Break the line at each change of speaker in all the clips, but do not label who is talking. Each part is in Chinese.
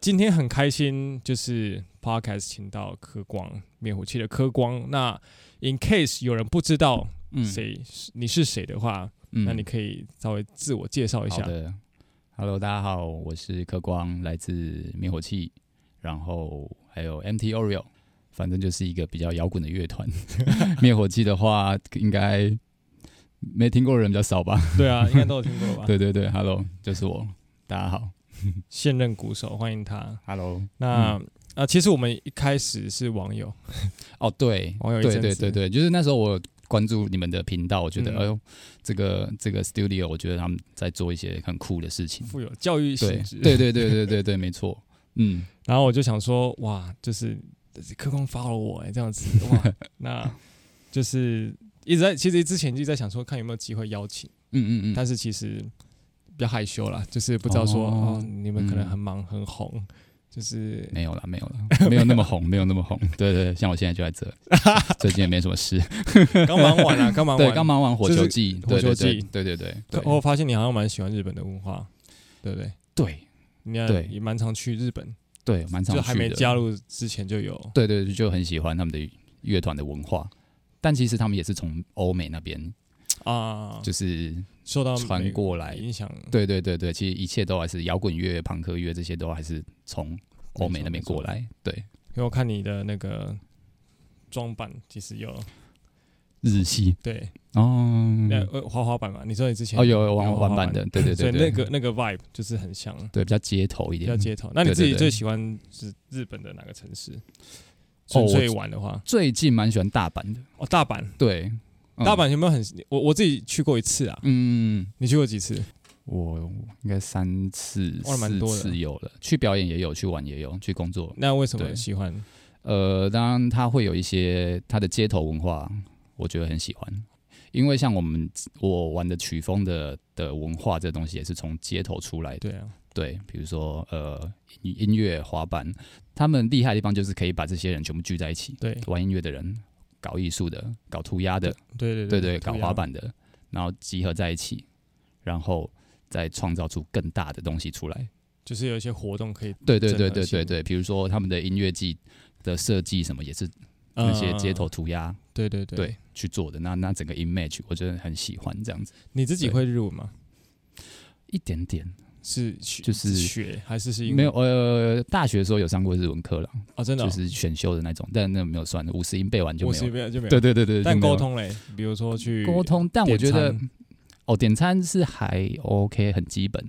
今天很开心，就是 Podcast 请到科光灭火器的科光。那 in case 有人不知道
嗯，
谁、是你是谁的话，
嗯
那你可以稍微自我介绍一
好
下。
的，Hello，大家好，我是柯光，来自灭火器，然后还有 MT Oreo，反正就是一个比较摇滚的乐 团。灭火器的话，应该没听过的人比较 少吧？
对啊，应该都有听过吧？
对对对，Hello，就是我，大家好
现任鼓手，欢迎他。
，Hello。
那、
嗯
啊，其实我们一开始是网友，
哦，对，
网友一
对
阵
对
子
对对，就是那时候我关注你们的频道，我觉得、
嗯
哎呦，这个这个 studio，我觉得他们在做一些很酷的事情。
富有教育
对
性质。
对对对对对对，没错，嗯。
然后我就想说，哇，就是科光发了我哎、这样子哇，那就是一直在，其实之前就在想说，看有没有机会邀请，
嗯嗯嗯，
但是其实比较害羞啦，就是不知道说
哦
哦你们可能
嗯
很忙很红，就是
没有啦，没有啦，没有那么红，没有那么红。对对，对像我现在就在 这，最近也没什么事。
刚忙完 啊，刚忙
对，
完，
刚。忙完火
就
球
是
季，
火
对
球
对
季
对对对哦对
我
对
发现你好像蛮喜欢日本的文化，对不对？
对
你也
对
也蛮常去日本，
对，蛮常
就还没
去
加
的。
入之前就有。
对对，就很喜欢他们的乐团的文化，但其实他们也是从欧美那边
啊，
就是
受到美
传过来。
影响，
对对对对，其实一切都还是摇滚乐、朋克乐这些都还是从欧美那边过来。对，
因为我看你的那个装扮，其实有
日系
对
哦
那呃滑滑板嘛，你说你之前
哦有有玩
有
玩板的，对对
所
对
以
对，
那个那个 vibe 就是很像，
对比较街头一
比
点
较，街头。那你
对对
自己
对
最喜欢是日本的哪个城市？
哦
纯粹玩的话，
最近蛮喜欢大阪的，
哦，大阪，
对，嗯
大阪有没有很？我我自己去过一次啊，
嗯，
你去过几次？
我应该三次、
哇蛮
四
多的
次有了，去表演也有，去玩也有，去工作。
那为什么
对
喜欢？
呃，当然他会有一些他的街头文化，我觉得很喜欢，因为像我们我玩的曲风的的文化这东西也是从街头出来的。
对啊，
对，比如说呃音音乐、滑板，他们厉害的地方就是可以把这些人全部聚在一起，
对
玩音乐的人、搞艺术的、搞涂鸦的，
对对
对对，搞
涂鸦
滑板的，然后集合在一起，然后再创造出更大的东西出来。
就是有一些活动可以
对对对
整合
对
性
对对，比如说他们的音乐季的设计什么，也是那些街头
呃
涂鸦
对对对
对。去做的。那那整个 image 我真的很喜欢这样子，
你自己
对
会日文吗？
一点点
是学
就是
学还是是因为
没有呃，大学的时候有上过日文课了，
哦，真的
就
哦
是选修的那种，但那没有算，五十音背完就
我
没有
随
了。
便就没有。
对对对对，
但
就没有
沟通嘞，比如说去
沟通，但我
点
觉得
餐
哦，点餐是还 OK，很基本，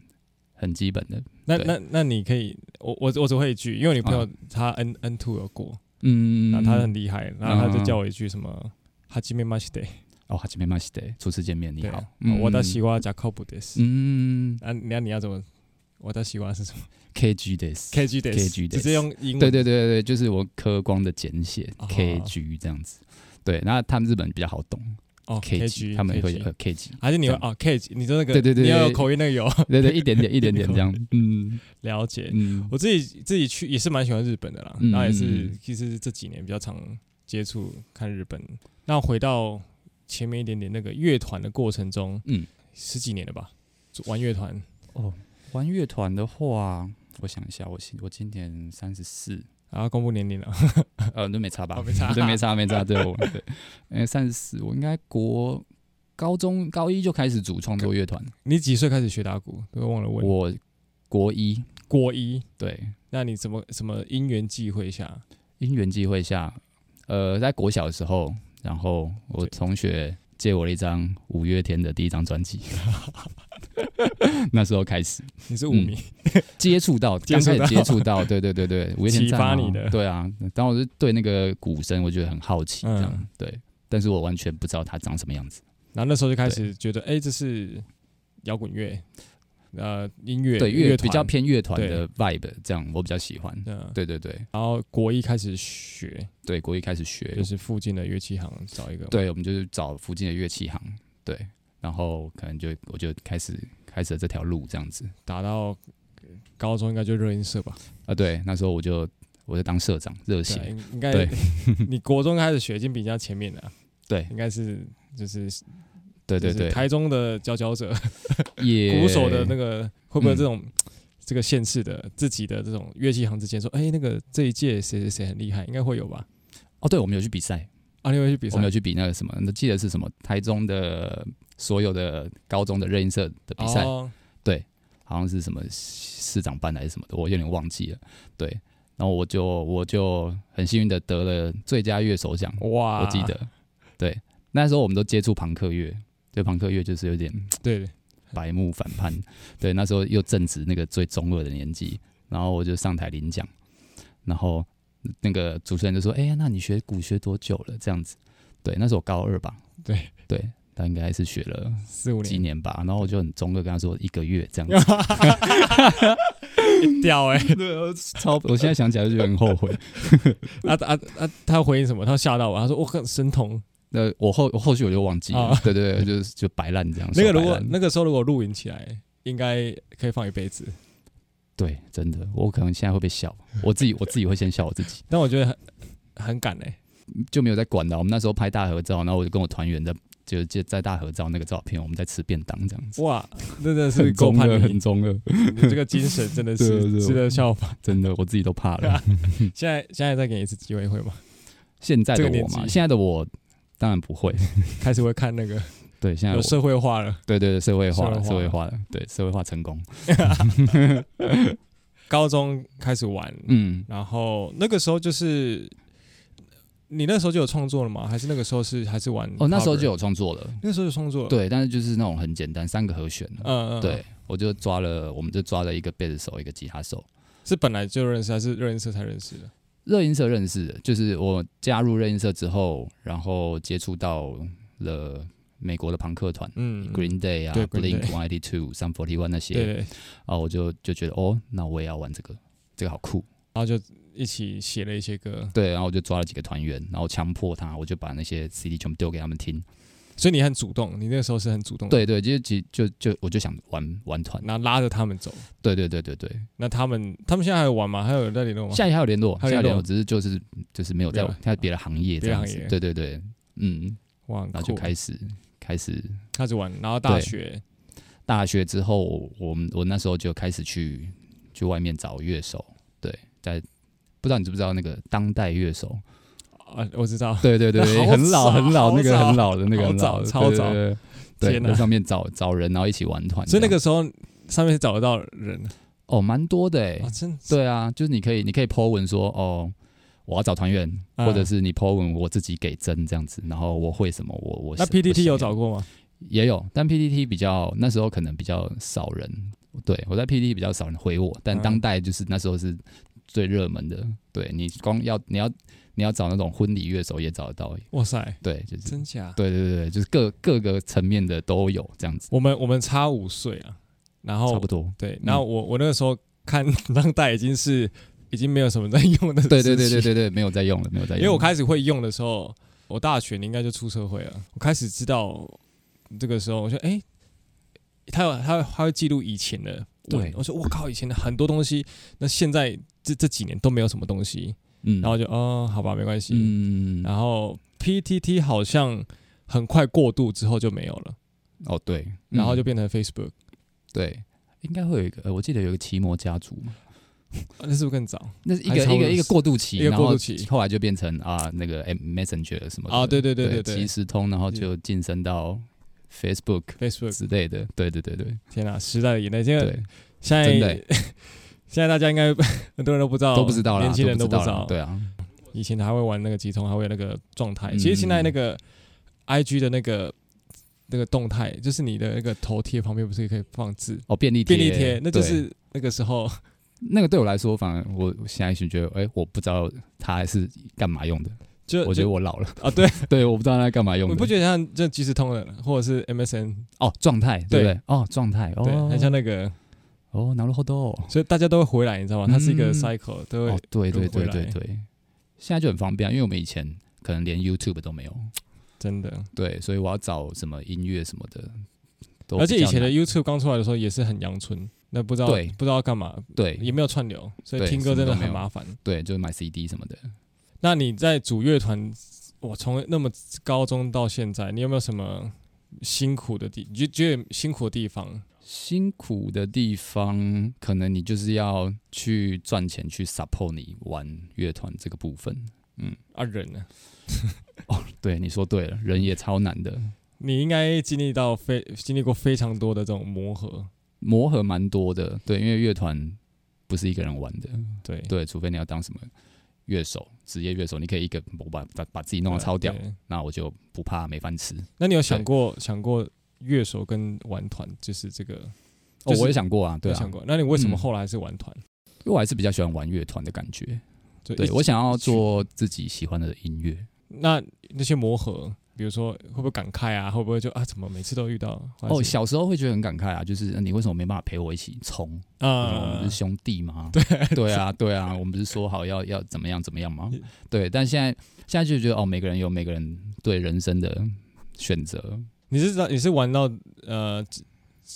很基本的。
那
对
那那你可以，我我我只会一句，因为我女朋友
啊
她 N N two 有过，
嗯，
然后她很厉害，然后她就叫我一句什么“哈基米马西德
哦，はじめまして，初次见面，”，你
对
好，，
我的喜欢加靠谱的是，
嗯
那啊你要你要怎么？我的喜欢是什么
，KG です
？KG 的
KG です
直接用英文，
对对对对对，就是我科光的简写
哦
KG 这样子。对，那他们日本比较好懂
哦
KG，
，KG
他们会
KG
呃 KG，
还是你会
这样
哦 KG，你的那个
对对对
你要有
对
口音那个有
对 对，一点点一点点这样，嗯
了解。
嗯
我自己自己去也是蛮喜欢日本的啦，
嗯
然后也
嗯
是
嗯
其实这几年比较常接触看日本。那回到前面一点点那个乐团的过程中，
嗯，
十几年了吧，玩乐团
哦，玩乐团的话，我想一下，我今我今年三十 四，
然后公布年龄 了，
呃，都没差吧
哦？没 差
对，没差，没差。对，我对，哎，三十四，我应该国高中高一就开始组创作乐团，
你几岁开始学打鼓？都忘了问。
我 国一，
国一，
对，
那你怎么什么因缘际会下？
因缘际会下，呃，在国小的时候，然后我
对
同学借我了一张五月天的第一张专辑， 那时候开始
你是舞迷，
接触到，
接
刚
触
开
到
始接触到，对对对对，五月天
启
赞
发
啊
你的
对啊。当我是对那个鼓声，我觉得很好奇，这样、
嗯
对，但是我完全不知道它长什么样子。
然后那时候就开始觉得，哎，这是摇滚乐，呃，音乐
对，
乐
乐
团
比较，偏乐团
对
的 vibe，这样我比较喜欢。
嗯，
对对对
然后国一开始学，
对，国一开始学
就，是附近的乐器行找一个，
对，我们就是找附近的乐器行，对，然后可能就我就开始开始了这条路这样子
打到高中应该就热音社吧？
啊。对，那时候我就我在当社长，热
对啊，
血，
应应该
对
你国中开始学已经比人家前面了啊，
对
应该是就是
对
就
对
是
对，
台中的佼佼者，
也
嗯鼓手的那个会不会这种这个县市的自己的这种乐器行之间说，哎、那个这一届谁谁谁很厉害，应该会有吧？
哦，对，我们有去比赛，
啊，你会去比
我
赛
们有？去比那个什么，那记得是什么？台中的所有的高中的热音社的比赛，
哦，
好像是什么市长办还是什么的，我有点忘记了。对，然后我就我就很幸运的得了最佳乐手奖，
哇，
我记得。
啊
对，那时候我们都接触朋克乐，对，朋克乐就是有 点
对，
白目反叛，对，那时候又正值那个最中二的年纪，然后我就上台领奖，然后那个主持人就说：“哎、呀，那你学鼓学多久了？”这样子，对，那时候我高二吧，
对
对，他应该是学了
四五
几
年，
年吧，然后我就很中二跟他说一个 月这样子，
屌哎、
对，我超，我现在想起来就觉得很后悔。
啊啊啊！他回应什么？他吓到我，他说我很神童。
那我后我后续我就忘记了，
啊
对对对，就是就白烂这样。
那个如
说白
果
烂
那个时候如果录影起来，应该可以放一辈子。
对，真的，我可能现在会被笑，我自己我自己会先笑我自己。
但我觉得很很敢哎、
就没有在管了。我们那时候拍大合照，然后我就跟我团员在就就在大合照那个照片，我们在吃便当这样子，
哇， 真的是
很
够
中
叛
二，
逆
很，中二，
你这个精神真的
对对
是
对
值得效仿。
真的我自己都 怕了。
现在现在再给你一次机会会 吗？
现在
这
的
个
我
年
嘛，
纪
现在的我当然不会。
开始会看那个
对，现在
有
哎我
社会化 了。
对对对社会化了，
社
社
会
会
化
化了，对社会化成功。嗯
高中开始玩，
嗯，
然后那个时候就是你那时候就有创作了吗？还是那个时候是还是玩？
哦，那时候就，有创作了，
那时候就创作了。，
对，但是就是那种很简单，三个和弦。
嗯嗯，嗯，
对，我就抓了，我们就抓了一个贝斯手，一个吉他手。
是本来就认识还是认识才认识的？
热音社认识的，就是我加入热音社之后，然后接触到了美国的朋克团，
嗯
Green Day 啊
对，Green
，Blink One Eighty Two、Sun Forty One 那
对
些
对，对
啊，我就就觉得哦，那我也要玩这个，这个好酷。
然后就一起写了一些歌，
对，然后我就抓了几个团员，然后强迫他，我就把那些 CD 全部丢给他们听。
嗯所以你很主动，你那个时候是很主动的，
对对，就就就就我就想玩玩团。
然后拉着他们走。
对对对对对，
那他们他们现在还有玩吗？还有在联络吗？
下一还有联络，
还
下
有
一还有
联
联
络
络，只是就是就是没有在
没有
在别的行业这样
别
子
的行业。
对对对，嗯，
哇，很
然后就
酷
开始开始
开始玩，然后大
对
学
大学之后，我们我那时候就开始去去外面找乐手，对，在不知道你知不知道那个当代乐手，
啊，我知道，
对对对，对
好
很老
早
很老
好
那个
早
很老的那个
好
很老的
早超
对对
早
对对，
天
对
哪
在上面找找人，然后一起玩团这
所以
样，
那个时候上面是找得到人的
哦蛮多的哎
啊，，真
对啊，就是你可以你可以 po 文说哦。我要找团员，
嗯
或者是你 po 文我自己给真这样子，然后我会什么，我我
那
是我
PPT
是
有找过吗？
也有，但 PPT 比较那时候可能比较少人，对我在 PPT 比较少人回我，但
嗯
当代就是那时候是最热门的，对你光要你要你要找那种婚礼乐手也找得到，
哇塞，
对，就是
真假？
对对对对，就是各各个层面的都有这样子，
我们我们差五岁啊，然
差
后
不多。嗯
对，然后我我那个时候看 当代已经是已经没有什么在用的，
对对对对，对对，没有在用了，没有在用了。
因为我开始会用的时候，我大学你应该就出社会了，我开始知道这个时候，我说哎。诶他有他他会记录以前的，我
对
我说我靠，以前的很多东西，那现在这这几年都没有什么东西，
嗯，
然后就哦，好吧，没关系，
嗯，
然后 PTT 好像很快过渡之后就没有了，
哦对，嗯
然后就变成 Facebook，、
对，应该会有一个，呃我记得有一个奇摩家族嘛，
啊那是不是更早
哦那是一
还
个
超
一个
过
一个过渡期，
一个
然后
过渡期
后来就变成啊那个 M- Messenger 什么的
啊？对对对对嗯
即
对
时通，然后就晋升到 Facebook
，Facebook，
之类的，对对对对
天哪、时代的眼泪，现在
对，
现在
真的欸
现在大家应该 很多人都不知道，
都不知道啦，
哦年轻人
都
不
不
知
知道
道
啦，，对嗯啊，
以前还会玩那个集通，还会有那个状态，其实现在那个 IG 的那个。那个动态就是你的那个头贴旁边不是可以放字
哦便利贴
便利贴，那就
对
是那个时候
那个对我来说，反而我我现在是觉得，哎、我不知道它是干嘛用的，
呃就
我觉得
就
我老了，
啊，对，
对，我不知道它干嘛用
你
的，
不觉得像这即时通的或者是 MSN
哦状态对不
对
对？哦状态
对，
哦，
很像那个，
哦拿了后头，
所以大家都会回来，你知道吗？它是一个
嗯
cycle，都会
哦对对
轮回
对
来
对对，现在就很方便啊，因为我们以前可能连 YouTube 都没有，
真的。
对，所以我要找什么音乐什么的，都
而且
比
以
较
前的
难
YouTube 刚出来的时候也是很阳春，那不知道
对
不知道干嘛，也
对
没有串流，所以
对
听
什
歌
么
真的
都没
很
有
麻烦。
对，就是买 CD 什么的。
那你在组乐团，我从那么高中到现在，你有没有什么辛苦的地，你就觉得辛苦的地方？
辛苦的地方，可能你就是要去赚钱去 support 你玩乐团这个部分。
啊，人呢、
对，你说对了，人也超难的，
你应该经历到非经历过非常多的这种磨合，
磨合蛮多的。对，因为乐团不是一个人玩的，
对
对，除非你要当什么乐手，职业乐手，你可以一个我把把把自己弄得超屌，
对
那我就不怕没饭吃。
那你有想过想过乐手跟玩团就是这个？
哦，
就是
我也想过啊，对
有
啊，
想过？那你为什么
嗯
后来还是玩团？
因为我还是比较喜欢玩乐团的感觉。
对
对我想要。
一起
做自己喜欢的音乐，
那那些磨合，比如说会不会感慨啊？会不会就啊？怎么每次都遇到？
哦，小时候会觉得很感慨啊，就是呃你为什么没办法陪我一起冲？哦我们
啊
不是，兄弟吗？对对啊，对啊，我们不是说好要要怎么样怎么样吗？
嗯
对，但现在现在就觉得哦，每个人有每个人对人生的选择。
你是知道你是玩到呃，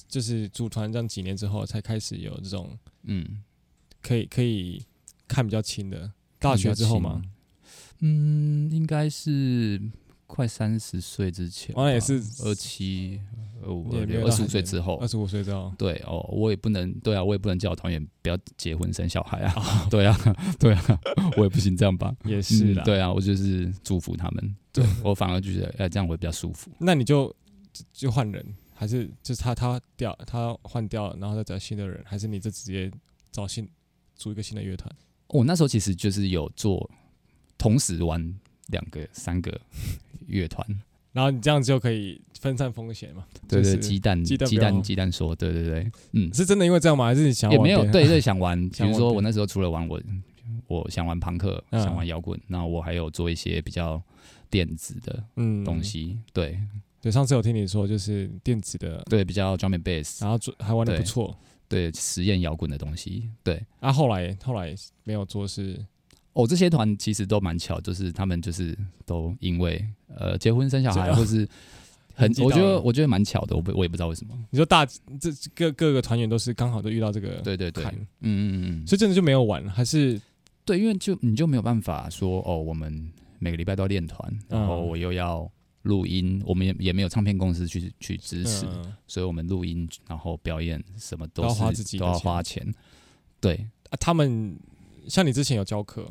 就是组团这样几年之后，才开始有这种
嗯，
可以可以看比较清的。大学之后吗？
嗯，应该是快三十岁之前
哦
吧，
好像也是
二七、二五、
也
二
没有
六、
到
二
很
十五岁
年
之后
二。十五岁之后，
对哦，我也不能对啊，我也不能叫我团员不要结婚生小孩
哦
啊。 对啊，对啊，我也不行这样吧。
也是啦。
嗯，对啊，我就是祝福他们。对我反而觉得，哎，这样会比较舒服。
那你就就就换人，还是就是他他掉他换掉了，然后再找新的人，还是你就直接找新组一个新的乐团？
我哦那时候其实就是有做，同时玩两个、三个乐团，
然后你这样就可以分散风险嘛？
对
就
对，
是
鸡蛋、
鸡蛋
鸡
不要
蛋、鸡蛋说，对对对，嗯，
是真的因为这样吗？还是你想要
也没有
玩别的
对对想玩。比
想
如
玩
说
别
我
的
那时候除了玩我，我想玩朋克，
嗯
想玩摇滚，那我还有做一些比较电子的
嗯
东？西，对
对，上次有听你说就是电子的，
对，比较 drum and bass，
然后做还玩的
嗯对
不错。
对实验摇滚的东西，对。
啊，后来后来没有做是
哦，这些团其实都蛮巧，就是他们就是都因为呃结婚生小
这
孩，
个
或是
啊
很
年纪
我觉
到
得
了
我觉得蛮巧的，我不我也不知道为什么。
你说大这这各各个团员都是刚好都遇到这个
对对对，
坎
嗯，嗯嗯嗯，
所以真的就没有玩，还是
对，因为就你就没有办法说哦，我们每个礼拜都要练团，然后
嗯
我又要录音，我们也也没有唱片公司去去支持，
嗯
所以我们录音然后表演什么
都
都
要
是
花自己的
都要
钱
花钱。对
啊，他们像你之前有教课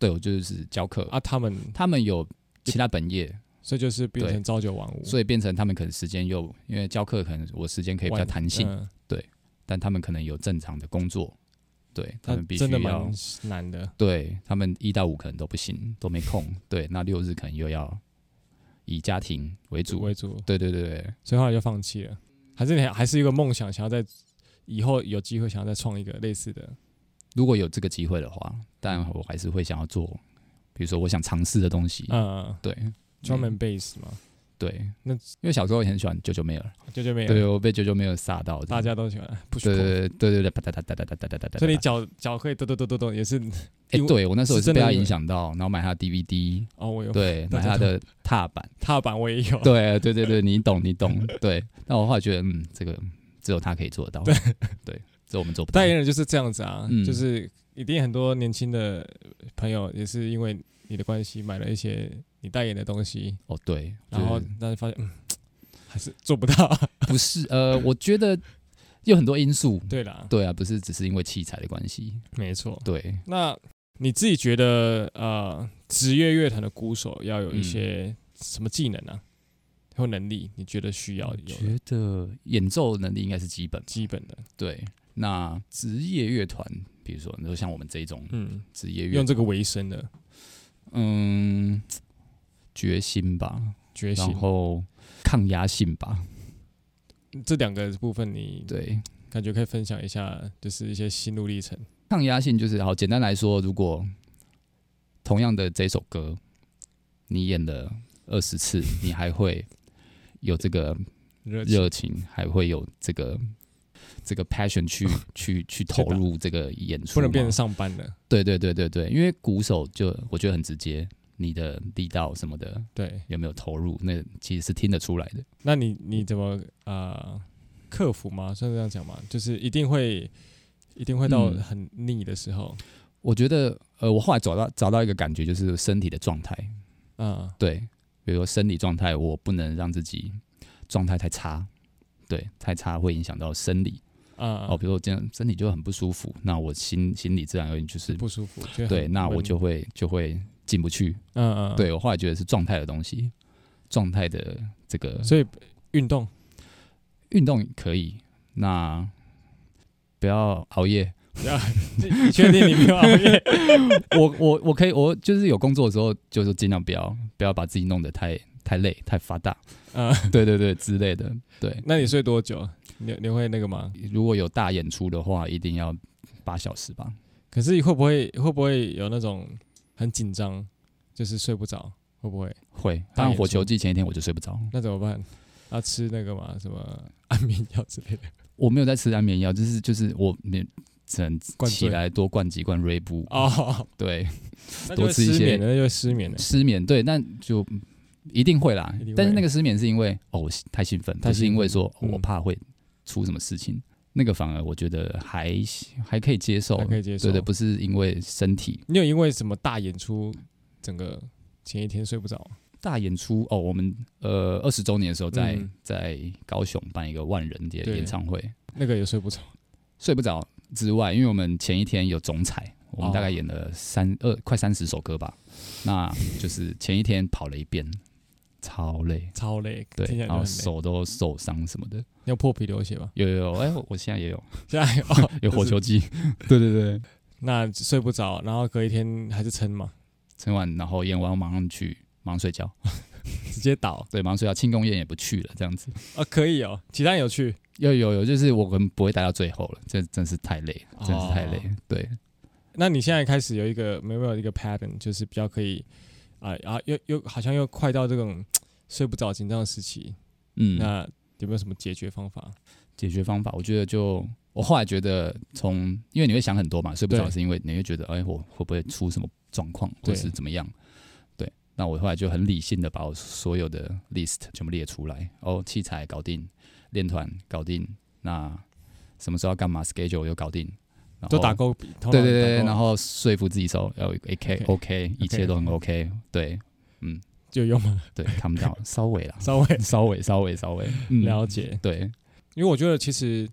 对，我就是教课啊，
啊，他们
他们有其他本业，
所以就是变
对
成朝九晚五，
所以变成他们可能时间又因为教课可能我时间可以比较
晚
弹性。
嗯
但他们可能有正常的工作，对他
那
们必须
真的
要
蛮，难的。
对他们一到五可能都不行，都没空，对，那六日可能又要以家庭为主，
为主，
对对对对，
所以后来就放弃了。还是你还还是有一个梦想，想要在以后有机会想要再创一个类似的。
如果有这个机会的话，但我还是会想要做，比如说我想尝试的东西，
嗯
对，
，drum and
嗯
bass 嘛，
对，
那
因为小时候也很喜欢九九妹儿，
就就没有，
对我被九九妹儿吓到的，
大家都喜欢，不许
对
碰。
对对对对对，哒哒哒哒哒哒哒哒哒，
所以你脚脚可以抖抖抖抖抖，也是
哎，
因为
对我那时候也
是
是
真的
被他
以为
影响到，然后买他的 DVD，
哦，我有
对，
大
买
家
他
都
的踏板。
踏板，我也有。
对对对对，你懂你懂。对，但我后来觉得，嗯，这个只有他可以做得到。对这我们做不到
代。言人就是这样子啊，
嗯
就是一定很多年轻的朋友也是因为你的关系买了一些你代言的东西，
哦，对，
然后
就是
但是发现嗯，还是做不到。
不是呃，我觉得有很多因素。
对啦，
对啊，不是只是因为器材的关系。
没错。
对，
那你自己觉得，呃，职业乐团的鼓手要有一
嗯
些什么技能啊，或能力？你觉得需要
我
有的
觉得演奏能力应该是基本。
基本的？
对，那职业乐团，比如说，你说像我们这一种
嗯，
职业乐
用，这个为生的
嗯，决心吧，
决
然
心，
后抗压性吧。
这两个部分你
对，
感觉可以分享一下，就是一些心路历程。
抗压性就是好，简单来说，如果同样的这首歌，你演了二十次，你还会有这个
热情
热情，还会有这个这个 passion 去去去投入这个演出吗，
不能变成上班了，
对对对对对，因为鼓手就我觉得很直接，你的力道什么的
对。
有没有投入，那其实是听得出来的。
那你你怎么
嗯
呃克服吗？算是这样讲吗？就是一定会一定会到
嗯
很腻的时候，
我觉得呃，我后来找到找到一个感觉，就是身体的状态，
嗯，
对，比如说生理状态，我不能让自己状态太差，对，太差会影响到生理。
啊，
哦，比如说我今天身体就很不舒服，那我心心里自然而然就是
不舒服，觉得
对，
很
那我
闷
就会就会进不去。
嗯嗯，嗯，
对我后来觉得是状态的东西，状态的这个
所以运动
运动可以，那不要熬夜。
你确定你没 有熬啊夜？
我我我可以，我就是有工作的时候，就是尽量不要不要把自己弄得太太累、太发大，
嗯，
对对对之类的。对，
那你睡多久？你你会那个吗？
如果有大演出的话，一定要八小时吧。
可是会不会会不会有那种很紧张，就是睡不着？会不会？
会，
大
当
演
然火球
出
季前一天我就睡不着，
那怎么办？要吃那个嘛，什么安眠药之类的？
我没有在吃安眠药，就是就是我没只能
灌
起
醉
来多灌几罐瑞布啊，
嗯哦，
对，
那就会
多吃一
失
些
眠了，那就会失眠了。
失眠，对，那就一定会啦
一定会
但是那个失眠是因为哦我太兴奋，
太兴奋
不是因为说、哦
嗯
我怕会出什么事情，那个反而我觉得还还可以接受，
还可以接受
对对，不是因为身体
你有因为什么大演出，整个前一天睡不着？
大演出哦，我们呃二十周年的时候在、
嗯
在高雄办一个万人节
对
演唱会，
那个也睡不着。
睡不着之外，因为我们前一天有总彩，我们
哦
大概演了三二、快三十首歌吧，那就是前一天跑了一遍，超累，
超累，
对
听起，来
然
就
后
很累。
手都受伤什么的，
你有破皮流血吧？
有有有，哎、我现在也有
现 在哦，
有
就
火
是
球机，对对对，
那睡不着，然后隔一天还是撑嘛，
撑完然后演完马上去。马上睡觉，
直接倒
对，马上睡觉。庆功宴也不去了，这样子。
啊，可以哦。其他人有去，
有有有，就是我们不会待到最后了，这真是太累了，真是太累了。对，
那你现在开始有一个没有没有一个 pattern，就是比较可以啊啊，又又好像又快到这种睡不着紧张的时期，
嗯，
那有没有什么解决方法？
解决方法，我觉得就我后来觉得从，因为你会想很多嘛，睡不着
对
是因为你会觉得，哎，我会不会出什么状况，或
对
是怎么样？对，那我后来就很理性的把我所有的 list 全部列出来，哦，器材搞定，练团搞定，那什么时候要干嘛 schedule 又搞定，然后
都打勾笔，头脑
对对
打
对，
啊
对
勾
然后说服自己说，要 OK OK，一切都很 OK，对
就用嘛，
对，看不 到，稍微啦，
稍微
稍微稍微稍微，嗯，
了解。
对，
因为我觉得其实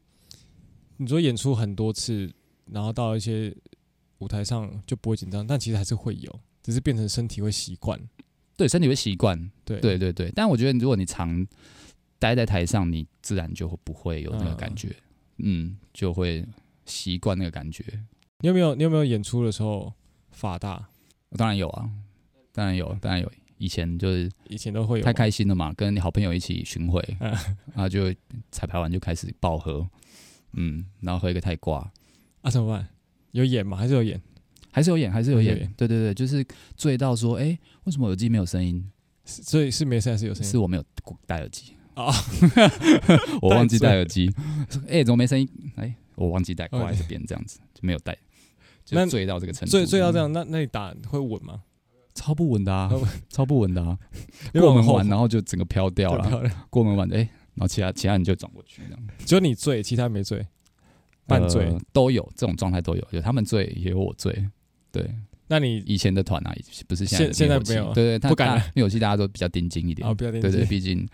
你说演出很多次，然后到一些舞台上就不会紧张，但其实还是会有，只是变成身体会习惯。
对，身体会习惯，
对
对对对，但我觉得如果你常待在台上，你自然就会不会有那个
嗯
感觉，嗯就会习惯那个感觉。
你有没有你有没有演出的时候发大？
当然有啊，当然有，当然有。以前就是
以前都会有
太
吗
开心了嘛，跟好朋友一起巡回，
嗯
然后就彩排完就开始爆喝，嗯，然后喝一个太挂，
啊怎么办？有演吗？还是有演？
还是有演，还是有
还是有
演，
演
对对对，就是醉到说，哎、为什么耳机没有声音？
是所以是没事还是有声音？
是我没有戴耳机
哦
我忘记戴耳机。哎、怎么没声音？哎、我忘记戴，挂在这边这样子就没有戴，就
那
醉到这个程度，
醉醉到这，样，那那你打会稳吗？
超不稳的啊
超不，
超不稳的啊！
因为我
过
们
门
后
完然后就整个飘掉
对
了，
漂亮
过门完哎、然后其他其他人就转过去这样，
只有你醉，其他没醉，半醉。
呃都有这种状态都有，有他们醉也有我醉。对，
那你
以前的团啊，不是现在的啊
现
灭火器
现在没有
对对，他
不敢了
大灭火器大家都比较盯紧一点
啊，，不要练
哦对对，
习
毕竟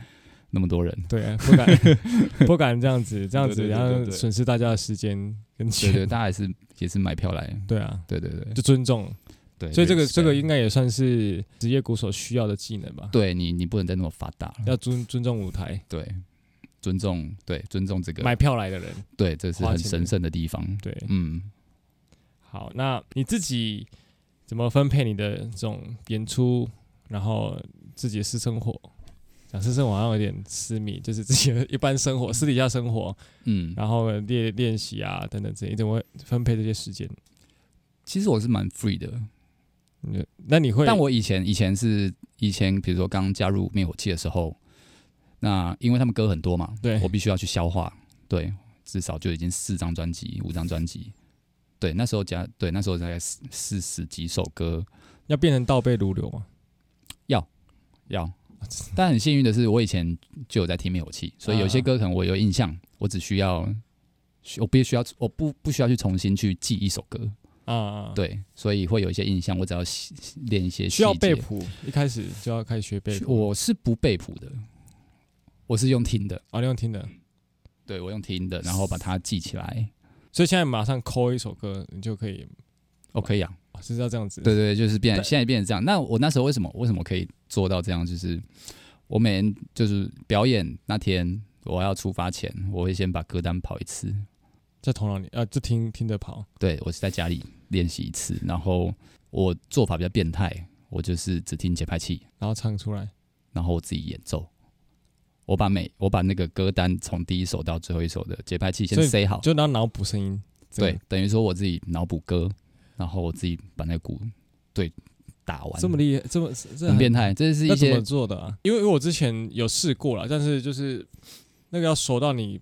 那么多人，
对，不敢 不敢这样子，这样子
对对对
然
对
后
对
损失大家的时间跟
对对，
钱。
大家还是也是买票来，
对啊，
对对对
就尊重
对，
所以这个
respect
这个应该也算是职业鼓手需要的技能吧？
对你你不能再那么发达了，
要尊尊重舞台，
对，尊重对尊重这
买
个，
票来的人。
对，这是
花
很
钱的
神圣的地方，
对，
嗯，
好，那你自己怎么分配你的这种演出，然后自己的私生活？讲私生活好像有点私密，就是自己的一般生活、私底下生活，
嗯，
然后练练习啊等等这些，你怎么会分配这些时间？
其实我是蛮 free 的，
你那你会？
但我以前以前是以前比如说刚加入灭火器的时候，那因为他们歌很多嘛，
对
我必须要去消化，对，至少就已经四张专辑、五张专辑，对，那时候加对那时候大概四四十几首歌，
要变成倒背如流嘛？
要。但很幸运的是，我以前就有在听灭火
嗯
器，所以有些歌可能我有印象，我只需要，需我必须要，我不不需要去重新去记一首歌，
啊啊，啊，
对，所以会有一些印象，我只要细练一些
需要
细
背
节
谱，一开始就要开始学背
需
谱。
我是不背谱的，我是用听的，
哦，你用听的，
对我用听的，然后把它记起来。
所以现在马上抠一首歌，你就可以，
哦，可以啊，
哦、是要这样子。
对对，对就是变，
对
现在变成这样。那我那时候为什么为什么可以做到这样？就是我每天就是表演那天，我要出发前，我会先把歌单跑一次。
在头脑里，呃，就听听着跑。
对我是在家里练习一次，然后我做法比较变态，我就是只听节拍器，
然后唱出来。
然后我自己演奏。我把每我把那个歌单从第一首到最后一首的节拍器
所
先
以
塞好，
就让脑补声音。这个
对，，等于说我自己脑补歌，然后我自己把那个鼓对打完，
这么厉害，这么这这
很变态。这是
那
一
怎么
些
做的啊？因为因为我之前有试过了，但是就是那个要熟到你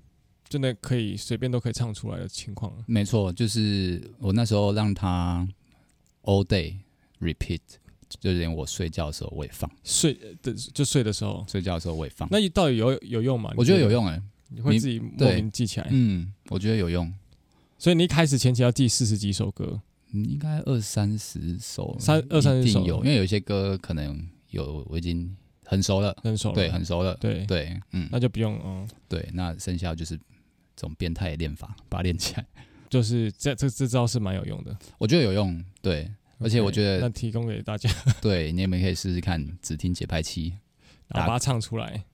真的可以随便都可以唱出来的情况了。
没错，就是我那时候让他 all day repeat，就连我睡觉的时候我也放，
睡的就睡的时候，
睡觉的时候我也放。
那到底有有用吗？
我觉得有
用，
用哎、
你会
你
自己莫
对
名记起来。
嗯，我觉得有用。
所以你一开始前期要记四十几首歌，
嗯应该二三十首，
三二三十
哦一定
首
有，因为有一些歌可能有我已经很熟了，
很熟了。
对，很熟了，
对，
对，嗯，
那就不用嗯，
对，那剩下就是这种变态的练法，把它练起来，
就是这这这招是蛮有用的。
我觉得有用， 对，而且
OK，
我觉得
那提供给大家，
对你们可以试试看，只听节拍器
然后把它唱出来。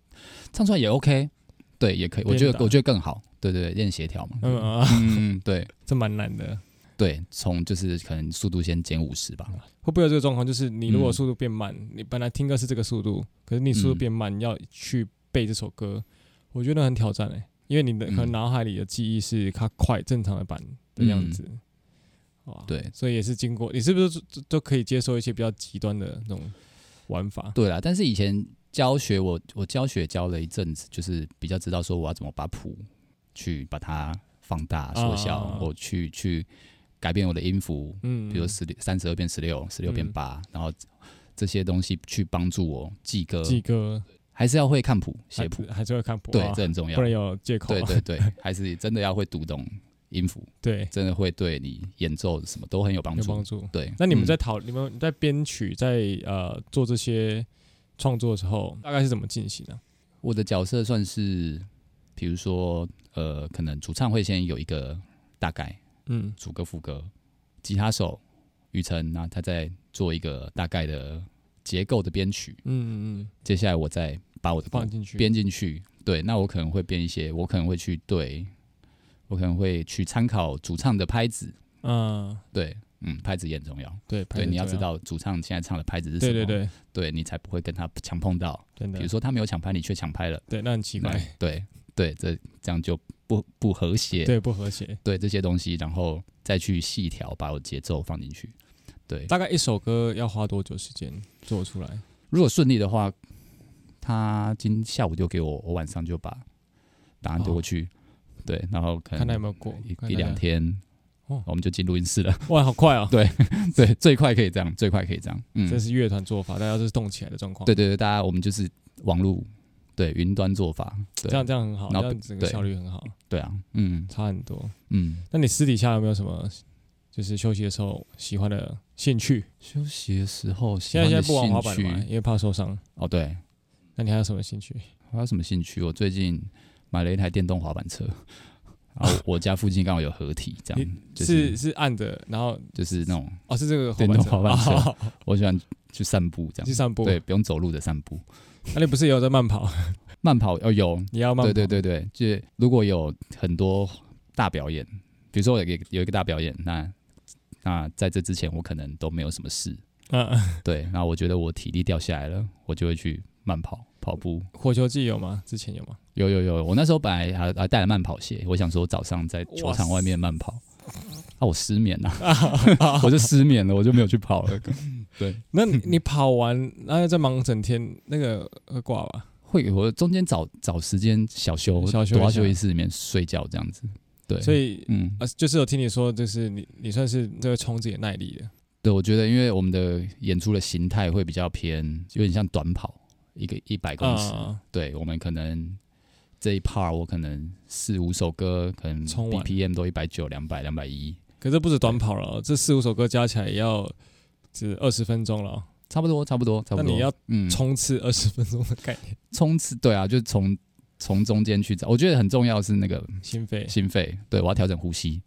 唱出来也 OK，对，也可以，我
边
觉得
打
我觉得更好，对对，对练协调嘛，
嗯啊，
嗯，对
这蛮难的。
对，从就是可能速度先减五十吧，
会不会有这个状况？就是你如果
嗯
速度变慢，你本来听歌是这个速度，可是你速度变慢，你要去背这首歌，我觉得很挑战哎、因为你的
嗯
可能脑海里的记忆是它快正常的版的样子，哇，，
嗯对
所以也是经过，你是不是都都都可以接受一些比较极端的那种玩法？
对啦，但是以前教学我我教学教了一阵子，就是比较知道说我要怎么把谱去把它放大缩小，
啊
我去去改变我的音符，
嗯，
比如十六三十二变十六，十六变
嗯
八、然后这些东西去帮助我记歌，
嗯记歌、
还是要会看谱写
还
谱，
还是会看谱，
对
哇，
这很重要
不，然有借口
对
啊。
对对，还是真的要会读懂音符，
对，
真的会对你演奏什么都很有帮
有
助
帮。助。
对，
那你们
嗯
在讨、你们在编曲在呃做这些创作的时候，大概是怎么进行呢、啊
我的角色算是，比如说，呃，可能主唱会先有一个大概
嗯，
主歌副歌，吉他手雨辰那他在做一个大概的结构的编曲，
嗯嗯，
接下来我再把我的
放
鼓
进去
编进去。对，那我可能会编一些，我可能会去对，我可能会去参考主唱的拍子，
嗯，
对，嗯，拍子也很重要。
对，
对，你要知
拍
道主唱现在唱的拍子是
摄重
什么，
要，对对对，
对你才不会跟他强碰到。
真的，
比如说他没有抢拍，你却抢拍了。
对，那很奇怪，
那对对，这这样就不不和谐。
对，不和谐。
对这些东西，然后再去细调，把我节奏放进去。对，
大概一首歌要花多久时间做出来？
如果顺利的话，他今下午就给我，我晚上就把答案丢过去。对，然后可
哦看他有
能
没有过
一
看
一
大
两
家
天，嗯
哦
我们就进录音室了。
哇，好快哦！
对，最快可以这样，最快可以这样。嗯，
这是乐团做法，大家都是动起来的状况。
对，对对，大家我们就是网路，对云端做法，对
这样这样很好，这
然后
样整个
对
效率很好，
对啊，嗯
差很多。
嗯。
那你私底下有没有什么就是休息的时候喜欢的兴趣？
休息的时候喜
现在现
欢的
在不玩
兴
滑板了嘛，
趣
因为怕受伤。
哦，对，
那你还有什么兴趣？
还有什么兴趣？我最近买了一台电动滑板车，然后我 家附近刚好有合体，这样就是
是是按着，然后
就是那种
哦是这个
电动
滑
滑板车
车哦，
我喜欢去散步这
去
样，
散步。
对，，不用走路的散步，
那你不是也有在慢跑？
慢跑哦有，
你要慢跑？
对对对对，就是如果有很多大表演，比如说有一个有一个大表演，那那在这之前我可能都没有什么事，
嗯，嗯
对，然后我觉得我体力掉下来了，我就会去慢跑跑步。
火球季有吗？之前有 吗？
有有有，我那时候本来还还呃带了慢跑鞋，我想说早上在球场外面慢跑，啊， 我失眠了、我就失眠了，我就没有去跑了。对，
那你你跑完，然后再忙整天，那个会挂吧？
会我中间找找时间小休，
小休一下
躲到休息室里面睡觉这样子。对，
所以
嗯，
呃，就是有听你说，就是你你算是这个冲自己的耐力的，
对，我觉得因为我们的演出的形态会比较偏，有点像短跑，一个一百公尺。
啊，
对，我们可能这一 part 我可能四五首歌，可能
冲完
BPM 都一百九、两百、两百一。
可是不止短跑了哦，这四五首歌加起来也要只二十分钟了哦，
差不多，差不多，差不多。
那你要
嗯
冲刺二十分钟的概念，
冲刺，对啊，就是从从中间去找。我觉得很重要是那个
心肺。
心肺，对我要调整呼吸。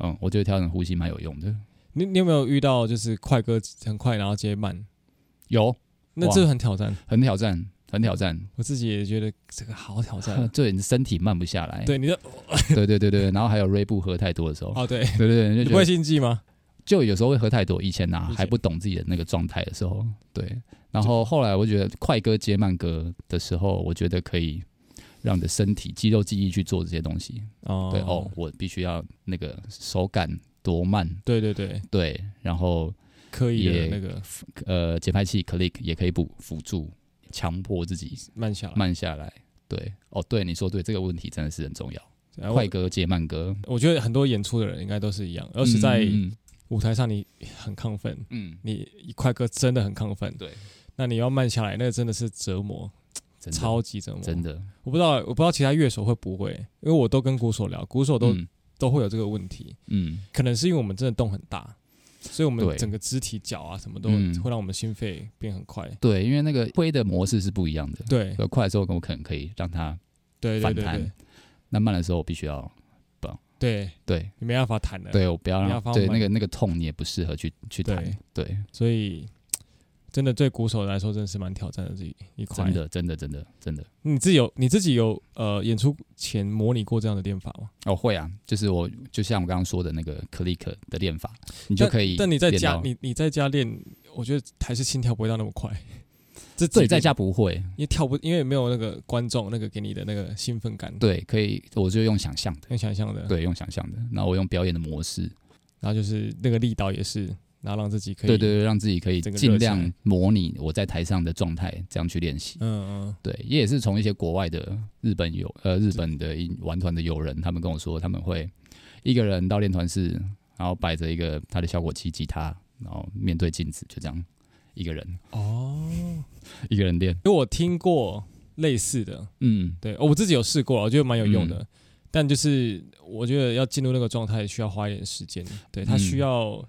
嗯，我觉得调整呼吸蛮有用的。
你你有没有遇到就是快歌很快，然后接慢？
有，
那
哇
这个很挑战，
很挑战，很挑战。
我自己也觉得这个好挑战啊。
对，你的身体慢不下来。
对，你的
对对对对，然后还有锐步喝太多的时候，
哦，对，
对对对，
你
就
不
觉
会
得
心悸吗？
就有时候会喝太多。以前呐、
以前
还不懂自己的那个状态的时候，对。然后后来我觉得快歌接慢歌的时候，我觉得可以让你的身体肌肉记忆去做这些东西。
哦，
对哦，，我必须要那个手感多慢，
对对对，
对，然后
可以的
也
那个
呃节拍器 click 也可以补辅助，强迫自己
慢下来。
慢下来。对，哦，对，你说对，这个问题真的是很重要。
哎我
快歌接慢歌，
我觉得很多演出的人应该都是一样，而是在
嗯嗯
舞台上你很亢奋，
嗯，嗯
你一快歌真的很亢奋，
对，
那你要慢下来，那个真的是折磨，
真的
超级折磨。
真，的
我不知道，我不知道其他乐手会不会，因为我都跟鼓手聊，鼓手都
嗯
都会有这个问题，
嗯
可能是因为我们真的动很大，所以我们
对
整个肢体脚啊什么都
嗯
会让我们心肺变很快。
对，因为那个挥的模式是不一样的。
对
对，快的时候我可能可以让它
对对
反
对
弹
对，
那慢的时候我必须要
对
对
你没办法弹了。
对，我不要
你要
让
放
对
慢
那个那个痛你也不适合去去弹
对，
对，
所以真的对鼓手来说真的是蛮挑战的这一一块
真。的真的真的真的
你自己有你自己有呃演出前模拟过这样的练法吗？
哦会啊，就是我就像我刚刚说的那个 click 的练法，你就可以
但你在
练
家
到
你你在家练，我觉得还是心跳不会到那么快。这
对
己
在
练
家不会，
因为跳不，因为没有那个观众那个给你的那个兴奋感，，
对，可以我就用想象的，
很想象的，，
对，用想象的，然后我用表演的模式，
然后就是那个力道也是，然后让自己可以，
对对，对，让自己可以
整个
尽
热起来
量模拟我在台上的状态，这样去练习。
嗯嗯，
对，也也是从一些国外的日本友呃日本的一玩团的友人，他们跟我说，他们会一个人到练团室，然后摆着一个他的效果器吉他，然后面对镜子，就这样一个人
哦，
一个人练。
因为我听过类似的，
嗯，
对，哦我自己有试过，我觉得蛮有用的，但就是我觉得要进入那个状态需要花一点时间，对，它
嗯
需要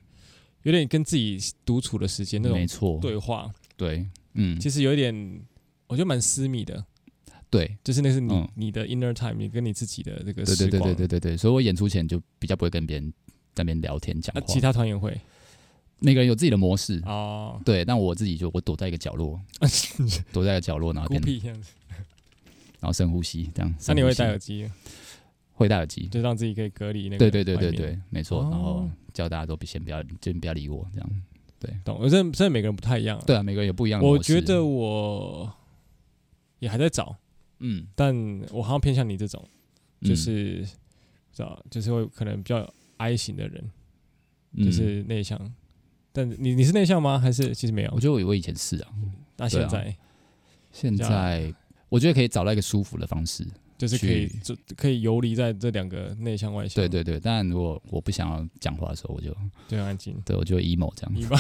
有点跟自己独处的时间那种
没错，
对话，
对，嗯，
其实有一点，我觉得蛮私密的，
对，
就是那是你、
嗯
你的 inner time，你跟你自己的这个
对
时
对
光，
对对对对对，所以我演出前就比较不会跟别人在那边聊天讲
那、
话，
其他团员会
每个人有自己的模式。
哦，
对，但我自己就我躲在一个角落，躲在一个角落，然后
孤
边
僻这样子。
然后深呼吸，这样。
那
深
你
呼
会
吸
戴耳机，
会戴耳机，
就让自己可以隔离那个。
对对对对对，，没错。然后
哦
叫大家都别先不要，先不要理我这样。
懂。我真的真的每个人不太一样啊。
对啊，每个人有不一样的
我
模式。
觉得我也还在找，
嗯，
但我好像偏向你这种，
嗯，
就是、不知道，就是会可能比较 I 型的人，
嗯
就是内向。但你你是内向吗？还是其实没
我
有？
觉得我我以前是啊，
那现在、
现
这样
在我觉得可以找到一个舒服的方式。
就是可以
去
就可以游离在这两个内向外向，
对，对对，但如果我不想要讲话的时候，我就
就很安静。
对我就 emo 这样，
你吧，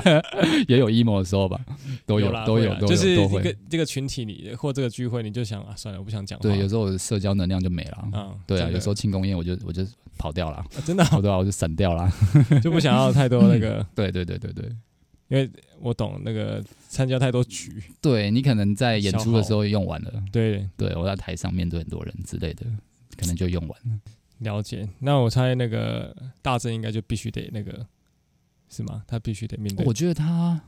也有 emo 的时候吧， 都有
啦
都
会
有
啦
都
就是
有都
一
会
个。这个群体里或这个聚会，你就想啊，算了，我不想讲话。
对，有时候我的社交能量就没了。
啊，
对啊，有时候
候
庆功宴我就我就跑掉了，
真的啊
跑掉我就闪掉了。
就不想要太多那个，
对对对对对。
因为我懂那个参加太多局，
对你可能在演出的时
消
候用完了，
对，
对我在台上面对很多人之类的，可能就用完了。
了解。那我猜那个大正应该就必须得那个，是吗？他必须得面对
我觉得他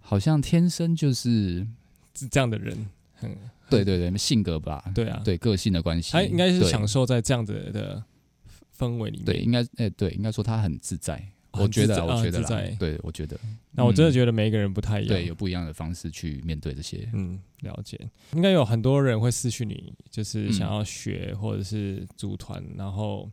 好像天生就是，
这这样的人，很
对对对，性格吧，
对啊，，
对个性的关系，
他应该是
对
享受在这样子的氛围里面。
对，应该哎、对，应该说他很自在，
很
我觉得啊，
自在
我觉得
啊自
啦
在，
对，我觉得，
那我真的
得、
觉得每一个人不太一样。
嗯对，有不一样的方式去面对这些，
嗯，了解。应该有很多人会私讯你，就是
嗯
想要学或者是组团，然后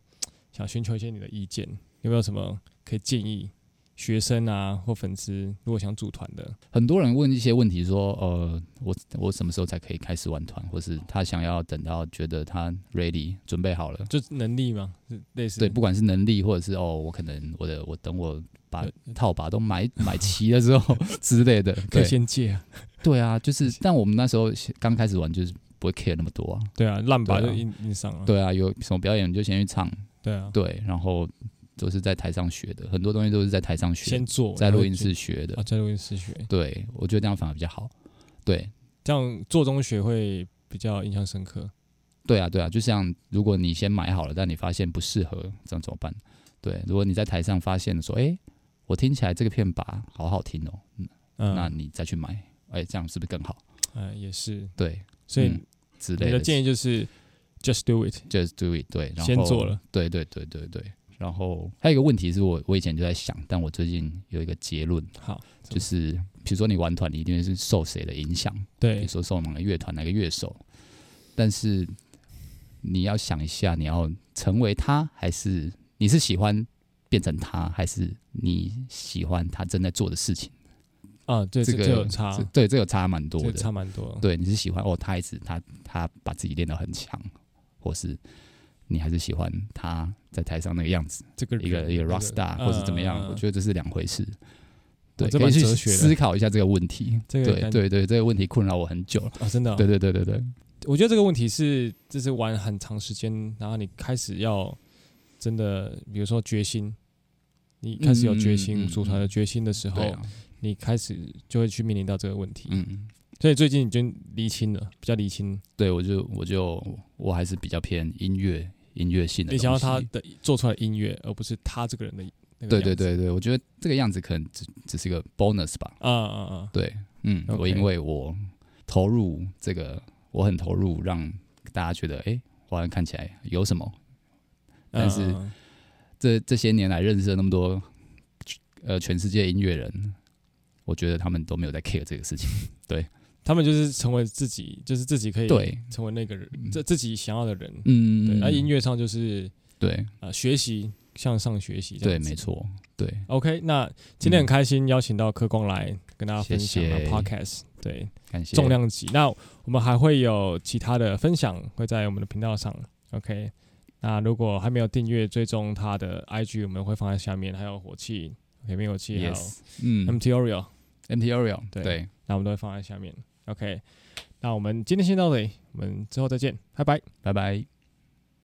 想寻求一些你的意见，有没有什么可以建议学生啊或粉丝，如果想组团的？
很多人问一些问题说，呃，我我什么时候才可以开始玩团，或是他想要等到觉得他 ready 准备好了，
就能力吗？是类似
对，不管是能力或者是哦，我可能我的我等我把
对
套把都买 买齐了之后 之类的，
呃 可以
对
先借啊，
对啊，就是但我们那时候刚开始玩就是不会 care 那么多啊，
对啊，烂把
对啊
就硬硬上了，
对啊，有什么表演你就先去唱，
对啊，
对，然后都是在台上学的，很多东西都是在台上学
先
的，
做，
在
然后
录音
就
室学的
啊，，在录音室学，
对我觉得这样反而比较好，对
这样做中学会比较印象深刻。
对啊，对啊，就像如果你先买好了，但你发现不适合，这样怎么办？对，如果你在台上发现说，诶，我听起来这个片拔好好听哦，
嗯，
那你再去买，诶，这样是不是更好？
嗯也是，
对，
所以
嗯之
你
类
的
的
建议就是 just do it，
just do it，对，然后
先做了，
对对对对对。然后还有一个问题是我我以前就在想，但我最近有一个结论，
好，怎么
就是比如说你玩团，你一定是受谁的影响，比
对
如，说受哪个乐团、哪个乐手，但是你要想一下，你要成为他，还是你是喜欢变成他，还是你喜欢他正在做的事情？
啊，对，
这
这
个
有差
这，对这个差蛮多
这
的，
差蛮多，
对，你是喜欢哦，他一直他他把自己练得很强，或是你还是喜欢他在台上那个样子，
这个嗯
一个一个 rock star 或是怎么样，我觉
得
得这是两回事。对，
哦这
可以
蛮
去
哲学的
思考一下这个问题。
这个
对
感
对对，这个问题困扰我很久了。
啊，真的哦，
对对对对对，
我觉得这个问题是，就是玩很长时间，然后你开始要真的，比如说决心，你开始有决
嗯嗯
心，
嗯
组团有决心的时候，
对啊，
你开始就会去面临到这个问题。
嗯，
所以最近已经厘清了，比较厘清。
对我就我就我还是比较偏音乐音乐性的。
你想要他？的做出来的音乐，而不是他这个人的那个
对
样
对
子
对对，我觉得这个样子可能只只是一个 bonus 吧。
啊啊啊！
对，嗯
OK
我因为我投入这个，我很投入，让大家觉得，诶，我好像看起来有什么。但是
嗯嗯嗯
这这些年来认识了那么多，呃，全世界音乐人，我觉得他们都没有在 care 这个事情。
他们就是成为自己，就是自己可以
对，
成为那个人，这自己想要的人。
嗯，
对，那啊音
乐，
乐上就是
对
呃学习向上学习这
对，
样子，
没错，对，
OK，那今天很开心邀请到柯光来跟大家分享了
谢谢
Podcast，对
感谢
重量级。那我们还会有其他的分享，会在我们的频道上。OK，那如果还没有订阅追踪他的 IG，我们会放在下面，还有火气，OK，灭火器，还有
，yes，嗯
MT Oreo，
m t o r i o
啊对
对，
那我们都会放在下面。OK，那我们今天先到这里，我们之后再见，拜拜。
拜拜。